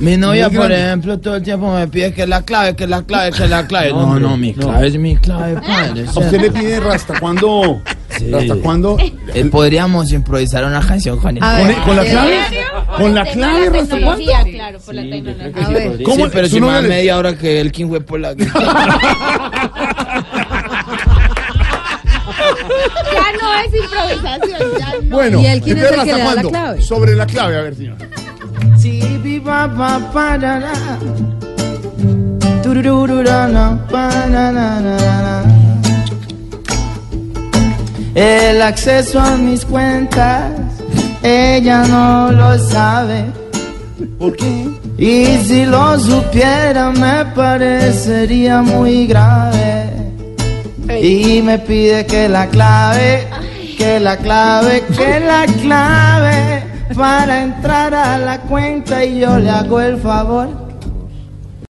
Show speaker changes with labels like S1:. S1: Mi novia,
S2: Muy
S1: por
S2: grande.
S1: ejemplo, todo el tiempo me pide que la clave, que la clave, que la clave. No, no, mi
S2: hombre, no.
S1: clave es mi clave, padre. o
S2: ¿A
S1: sea,
S2: usted le pide rasta cuándo? ¿Rasta cuándo?
S1: eh, podríamos improvisar una canción con él.
S3: A
S2: ¿Con,
S3: ver,
S2: con la
S3: ¿en
S2: clave?
S3: serio?
S2: ¿Con la clave rasta cuándo?
S4: tecnología, claro, por la tecnología.
S3: A ver,
S2: ¿Cómo?
S1: Sí, pero
S2: ¿Su
S1: si
S2: novia
S1: más
S2: le-
S1: media hora que el King fue por la...
S4: Ya Ah, no es improvisación, ya no.
S2: Bueno,
S3: ¿Y él quién
S2: ¿le pide
S3: es el que
S2: rasta
S3: le da la
S2: cuándo?
S3: clave?
S2: Sobre la clave, a ver, señor.
S5: El acceso a mis cuentas, ella no lo sabe.
S2: ¿Por qué?
S5: Y si lo supiera me parecería muy grave. Y me pide que la clave, que la clave, que la clave para entrar a la cuenta y yo le hago el favor